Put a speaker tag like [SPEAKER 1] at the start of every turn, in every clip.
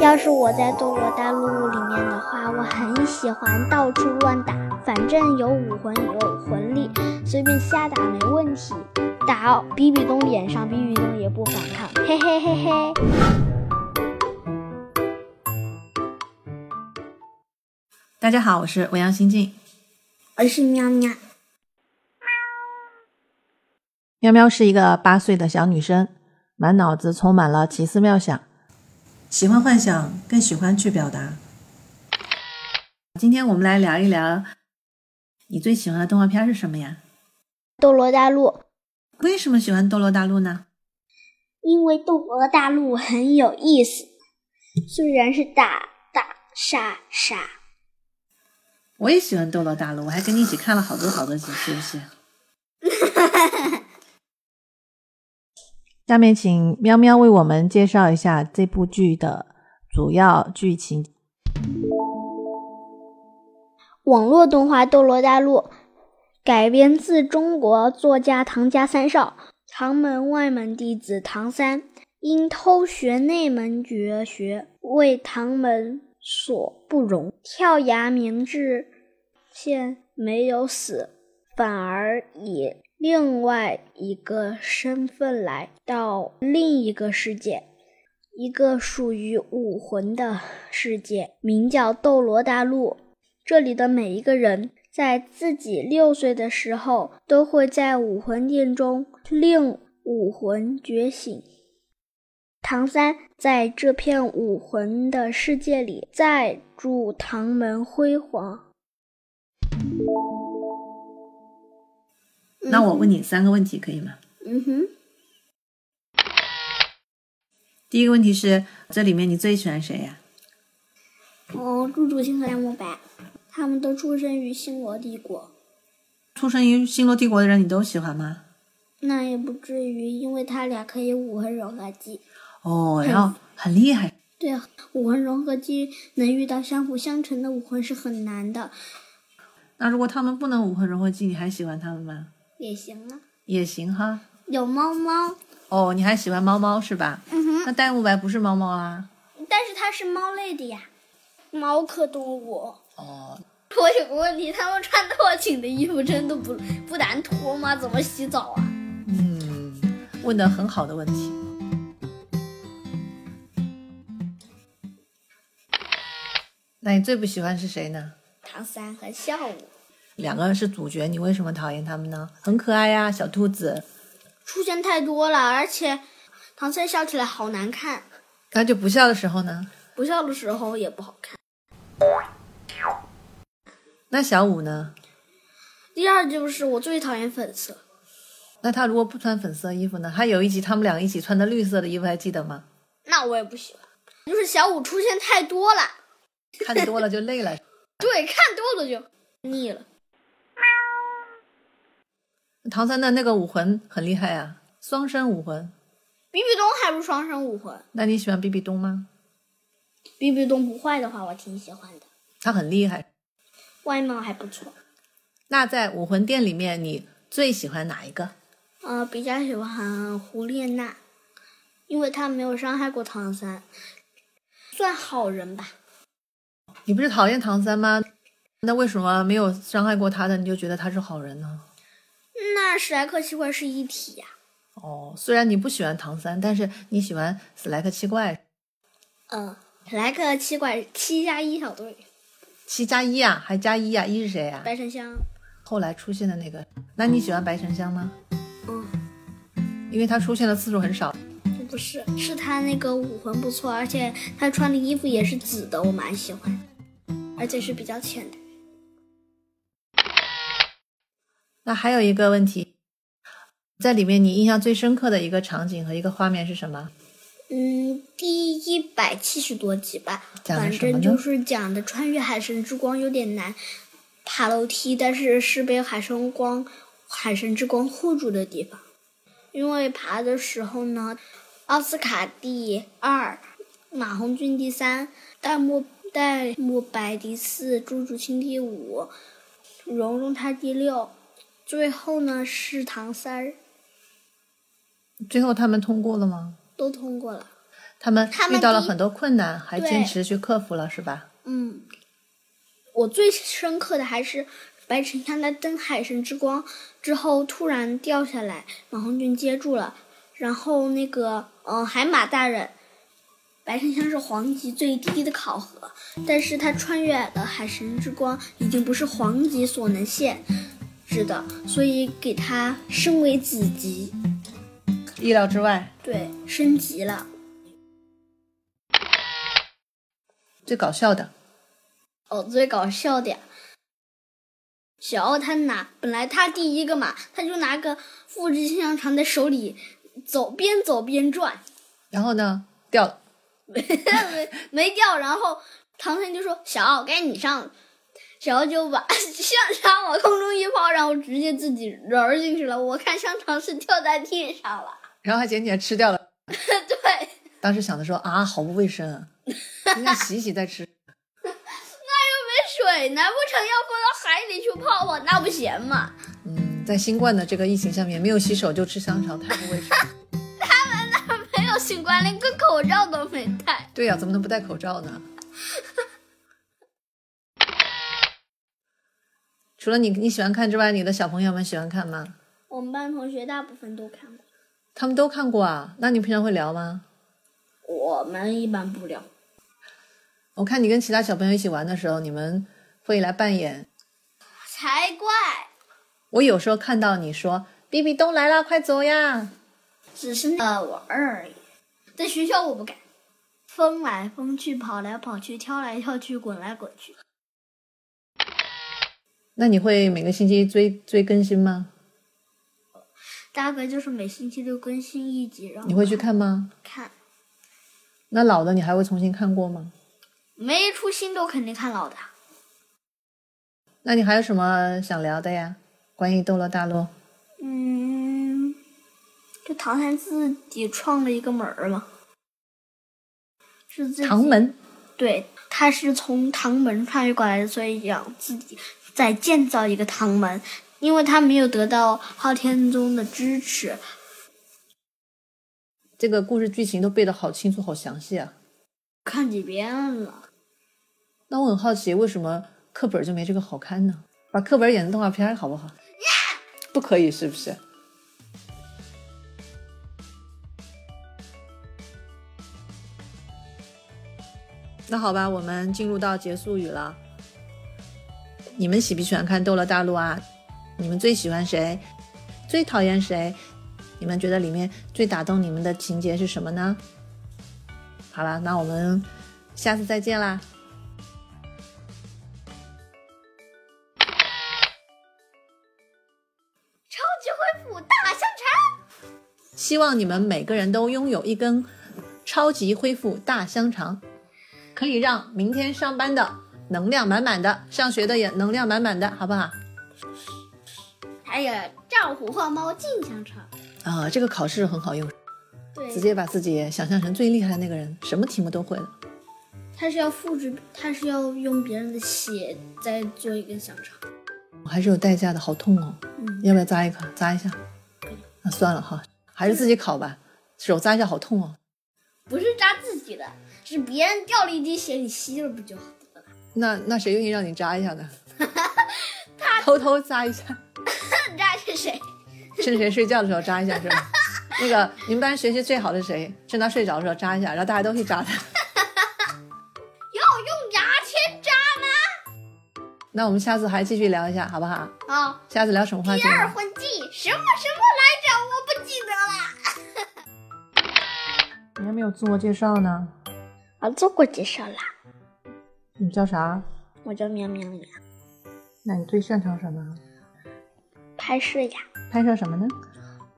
[SPEAKER 1] 要是我在中国大陆里面的话，我很喜欢到处乱打，反正有武魂有魂力，随便瞎打没问题。打到比比东脸上，比比东也不反抗，嘿嘿嘿嘿。
[SPEAKER 2] 大家好，我是欧阳心静。
[SPEAKER 1] 我是喵喵，
[SPEAKER 2] 喵喵是一个八岁的小女生，满脑子充满了奇思妙想，喜欢幻想，更喜欢去表达。今天我们来聊一聊，你最喜欢的动画片是什么呀？
[SPEAKER 1] 斗罗大陆，
[SPEAKER 2] 为什么喜欢《斗罗大陆》呢？
[SPEAKER 1] 因为斗罗大陆很有意思，虽然是打打杀杀，
[SPEAKER 2] 我也喜欢《斗罗大陆》，我还跟你一起看了好多好多集，是不是？ 下面请喵喵为我们介绍一下这部剧的主要剧情。
[SPEAKER 1] 网络动画《斗罗大陆》改编自中国作家唐家三少，唐门外门弟子唐三，因偷学内门绝学，为唐门所不容，跳崖明志现没有死，反而以另外一个身份来到另一个世界。一个属于武魂的世界，名叫斗罗大陆。这里的每一个人在自己六岁的时候，都会在武魂殿中令武魂觉醒。唐三在这片武魂的世界里再助唐门辉煌。
[SPEAKER 2] 嗯那我问你三个问题，可以吗？
[SPEAKER 1] 嗯哼，
[SPEAKER 2] 第一个问题是，这里面你最喜欢谁呀、
[SPEAKER 1] 哦，入主星河蓝魔白，他们都出生于星罗帝国，
[SPEAKER 2] 出生于星罗帝国的人，你都喜欢吗？
[SPEAKER 1] 那也不至于，因为他俩可以武魂融合技。
[SPEAKER 2] 哦，然后很厉害，
[SPEAKER 1] 对啊，武魂融合技能遇到相辅相成的武魂是很难的，
[SPEAKER 2] 那如果他们不能武魂融合技，你还喜欢他们吗？
[SPEAKER 1] 也行啊。
[SPEAKER 2] 也行哈。
[SPEAKER 1] 有猫猫，
[SPEAKER 2] 哦，你还喜欢猫猫是吧？
[SPEAKER 1] 嗯哼，
[SPEAKER 2] 那戴沐白不是猫猫啊？
[SPEAKER 1] 但是它是猫类的呀，猫科动物。
[SPEAKER 2] 哦，
[SPEAKER 1] 我有个问题，他们穿拖裙的衣服真的不不难脱吗？怎么洗澡啊？
[SPEAKER 2] 嗯，问的很好的问题。那你最不喜欢是谁呢？
[SPEAKER 1] 唐三和笑舞
[SPEAKER 2] 两个是主角，你为什么讨厌他们呢？很可爱呀、小兔子，
[SPEAKER 1] 出现太多了，而且唐三笑起来好难看，
[SPEAKER 2] 那就不笑的时候呢？
[SPEAKER 1] 不笑的时候也不好看。
[SPEAKER 2] 那小舞呢？
[SPEAKER 1] 第二就是我最讨厌粉色，
[SPEAKER 2] 那他如果不穿粉色衣服呢？他有一集他们两个一起穿的绿色的衣服，还记得吗？
[SPEAKER 1] 那我也不喜欢。就是小舞出现太多了，
[SPEAKER 2] 看多了就累了。
[SPEAKER 1] 对，看多了就腻了。
[SPEAKER 2] 唐三的那个武魂很厉害啊，双生武魂。
[SPEAKER 1] 比比东还不是双生武魂，
[SPEAKER 2] 那你喜欢比比东吗？
[SPEAKER 1] 比比东不坏的话，我挺喜欢的，
[SPEAKER 2] 他很厉害。
[SPEAKER 1] 外貌还不错。
[SPEAKER 2] 那在武魂殿里面，你最喜欢哪一个？
[SPEAKER 1] 呃，比较喜欢胡列娜，因为她没有伤害过唐三，算好人吧。
[SPEAKER 2] 你不是讨厌唐三吗？那为什么没有伤害过他的，你就觉得他是好人呢？
[SPEAKER 1] 那史莱克七怪是一体呀、
[SPEAKER 2] 哦，虽然你不喜欢唐三，但是你喜欢史莱克七怪
[SPEAKER 1] 嗯，史莱克七怪七加一小队，
[SPEAKER 2] 七加一啊，还加一啊，一是谁啊？
[SPEAKER 1] 白沉香。
[SPEAKER 2] 后来出现的那个。那你喜欢白沉香吗？
[SPEAKER 1] 嗯，
[SPEAKER 2] 因为他出现的次数很少。
[SPEAKER 1] 不是，是他那个武魂不错，而且他穿的衣服也是紫的，我蛮喜欢，而且是比较浅的。
[SPEAKER 2] 那还有一个问题，在里面你印象最深刻的一个场景和一个画面是什么？
[SPEAKER 1] 嗯，第一百七十多集吧，
[SPEAKER 2] 讲的
[SPEAKER 1] 反
[SPEAKER 2] 什么
[SPEAKER 1] 正
[SPEAKER 2] 呢
[SPEAKER 1] 就是讲的穿越海神之光有点难，爬楼梯，但是是被海神光、海神之光护住的地方。因为爬的时候呢，奥斯卡第二，马红俊第三，戴墨戴墨白第四，朱竹清第五，蓉蓉她第六，最后呢是唐三儿
[SPEAKER 2] 最后他们通过了吗？
[SPEAKER 1] 都通过了。
[SPEAKER 2] 他们
[SPEAKER 1] 他们
[SPEAKER 2] 遇到了
[SPEAKER 1] 第一
[SPEAKER 2] 很多困难，还
[SPEAKER 1] 对
[SPEAKER 2] 坚持去克服了，是吧？
[SPEAKER 1] 嗯，我最深刻的还是白沉香在登海神之光之后突然掉下来，马红俊接住了，然后那个嗯、呃海马大人，白沉香是黄级最低的考核，但是他穿越了海神之光，已经不是黄级所能限制的，所以给他升为子级，
[SPEAKER 2] 意料之外。
[SPEAKER 1] 对，升级了。
[SPEAKER 2] 最搞笑的，
[SPEAKER 1] 哦，最搞笑点，小奥他拿本来他第一个嘛，他就拿个复制性香肠在手里走，边走边转，
[SPEAKER 2] 然后呢掉了，
[SPEAKER 1] 没没掉。然后唐僧就说：“小奥，该你上了。”小奥就把 香肠往空中一抛，然后直接自己人儿进去了。我看香肠是掉在地上了。
[SPEAKER 2] 然后还捡起来吃掉了。
[SPEAKER 1] 对，
[SPEAKER 2] 当时想的说啊，好不卫生啊，应该洗一洗再吃。
[SPEAKER 1] 水难不成要放到海里去泡泡？那不行嘛。
[SPEAKER 2] 嗯，在新冠的这个疫情下面，没有洗手就吃香肠，太不卫生。
[SPEAKER 1] 没有新冠，连个口罩都没戴。
[SPEAKER 2] 对呀、怎么能不戴口罩呢？ 除了你你喜欢看之外，你的小朋友们喜欢看吗？
[SPEAKER 1] 我们班同学大部分都看过。
[SPEAKER 2] 他们都看过啊？那你平常会聊吗？
[SPEAKER 1] 我们一般不聊。
[SPEAKER 2] 我看你跟其他小朋友一起玩的时候，你们会来扮演。
[SPEAKER 1] 才怪！
[SPEAKER 2] 我有时候看到你说“比比东来啦，快走呀
[SPEAKER 1] 只是呃玩儿而已。在学校我不敢，疯来疯去，跑来跑去，跳来跳去，滚来滚去。”，
[SPEAKER 2] 那你会每个星期追追更新吗？
[SPEAKER 1] 大概就是每星期六更新一集，然后
[SPEAKER 2] 你会去看吗？
[SPEAKER 1] 看。
[SPEAKER 2] 那老的你还会重新看过吗？
[SPEAKER 1] 没出新都肯定看老的。
[SPEAKER 2] 那你还有什么想聊的呀？关于《斗罗大陆》，
[SPEAKER 1] 嗯，就唐三自己创了一个门儿嘛，是自己
[SPEAKER 2] 唐门
[SPEAKER 1] 对，他是从唐门穿越过来的，所以想自己再建造一个唐门，因为他没有得到昊天宗的支持。
[SPEAKER 2] 这个故事剧情都背得好清楚、好详细啊。
[SPEAKER 1] 看几遍了，
[SPEAKER 2] 那我很好奇，为什么课本就没这个好看呢？把课本演成动画片儿好不好？不可以是不是？那好吧，我们进入到结束语了。你们喜不喜欢看《斗罗大陆》啊？你们最喜欢谁？最讨厌谁？你们觉得里面最打动你们的情节是什么呢？好了，那我们下次再见啦。
[SPEAKER 1] 超级恢复大香肠，
[SPEAKER 2] 希望你们每个人都拥有一根超级恢复大香肠，可以让明天上班的能量满满的，上学的也能量满满的，好不好？
[SPEAKER 1] 还有赵虎化猫进香肠，
[SPEAKER 2] 啊、这个考试很好用，直
[SPEAKER 1] 对，
[SPEAKER 2] 接把自己想象成最厉害的那个人，什么题目都会了。
[SPEAKER 1] 他是要复制，他是要用别人的血再做一根香肠。
[SPEAKER 2] 我还是有代价的，好痛哦！
[SPEAKER 1] 嗯，
[SPEAKER 2] 要不要扎一口？扎一下？那算了哈，还是自己烤吧，手扎一下好痛哦。
[SPEAKER 1] 不是扎自己的，是别人掉了一滴血，你吸了不就好了？
[SPEAKER 2] 那那谁愿意让你扎一下 呢？偷偷扎一下。
[SPEAKER 1] 扎是谁？
[SPEAKER 2] 趁谁睡觉的时候扎一下，是吧？那个你们班学习最好的谁，趁他睡着的时候扎一下，然后大家都去扎他。
[SPEAKER 1] 要用牙签扎吗？
[SPEAKER 2] 那我们下次还继续聊一下，好不好？
[SPEAKER 1] 好、
[SPEAKER 2] 下次聊什么话题
[SPEAKER 1] 第二
[SPEAKER 2] 呢？
[SPEAKER 1] 婚记什么什么来着？我不记得了。
[SPEAKER 2] 你还没有自我介绍呢，
[SPEAKER 1] 我啊做过介绍啦，
[SPEAKER 2] 你叫啥？
[SPEAKER 1] 我叫喵喵呀，
[SPEAKER 2] 那你最擅长什么？
[SPEAKER 1] 拍摄呀，
[SPEAKER 2] 拍摄什么呢？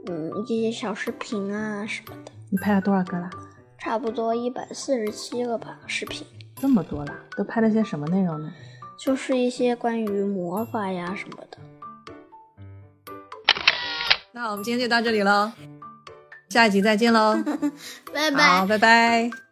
[SPEAKER 1] 嗯，一些小视频啊什么的，
[SPEAKER 2] 你拍了多少个啦？
[SPEAKER 1] 差不多一百四十七个吧，视频，
[SPEAKER 2] 这么多啦，都拍了些什么内容呢？
[SPEAKER 1] 就是一些关于魔法呀什么的。
[SPEAKER 2] 那我们今天就到这里喽，下一集再见喽。
[SPEAKER 1] 拜啊
[SPEAKER 2] 好，拜拜。